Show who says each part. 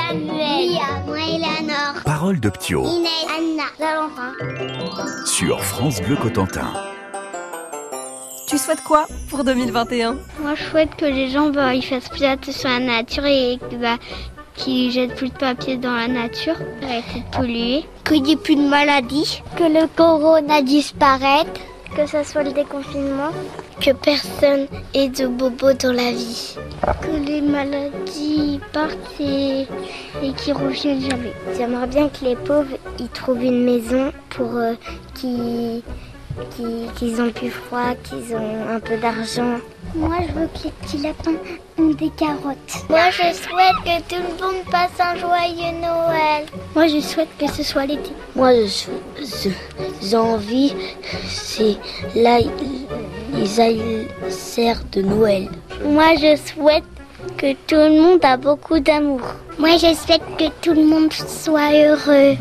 Speaker 1: Samuel, Lia, moi, Eleanor,
Speaker 2: Parole de Ptio
Speaker 1: Inès, Anna, Valentin.
Speaker 2: sur France Bleu Cotentin.
Speaker 3: Tu souhaites quoi pour 2021
Speaker 1: Moi, je souhaite que les gens bah, ils fassent plus attention à la nature et que, bah, qu'ils jettent plus de papier dans la nature pour arrêter de polluer. Qu'il n'y ait plus de maladies. Que le corona disparaisse. Que ça soit le déconfinement. Que personne ait de bobo dans la vie. Que les maladies partent et, et qu'ils reviennent jamais. J'aimerais bien que les pauvres ils trouvent une maison pour euh, qu'ils qui- qu'ils ont plus froid, qu'ils ont un peu d'argent. Moi, je veux que les petits lapins ont des carottes. Moi, je souhaite que tout le monde passe un joyeux Noël. Moi, je souhaite que ce soit l'été.
Speaker 4: Moi, je sou- je- j'ai envie, c'est l'ail, les aïsères de Noël.
Speaker 1: Moi, je souhaite que tout le monde a beaucoup d'amour. Moi, je souhaite que tout le monde soit heureux.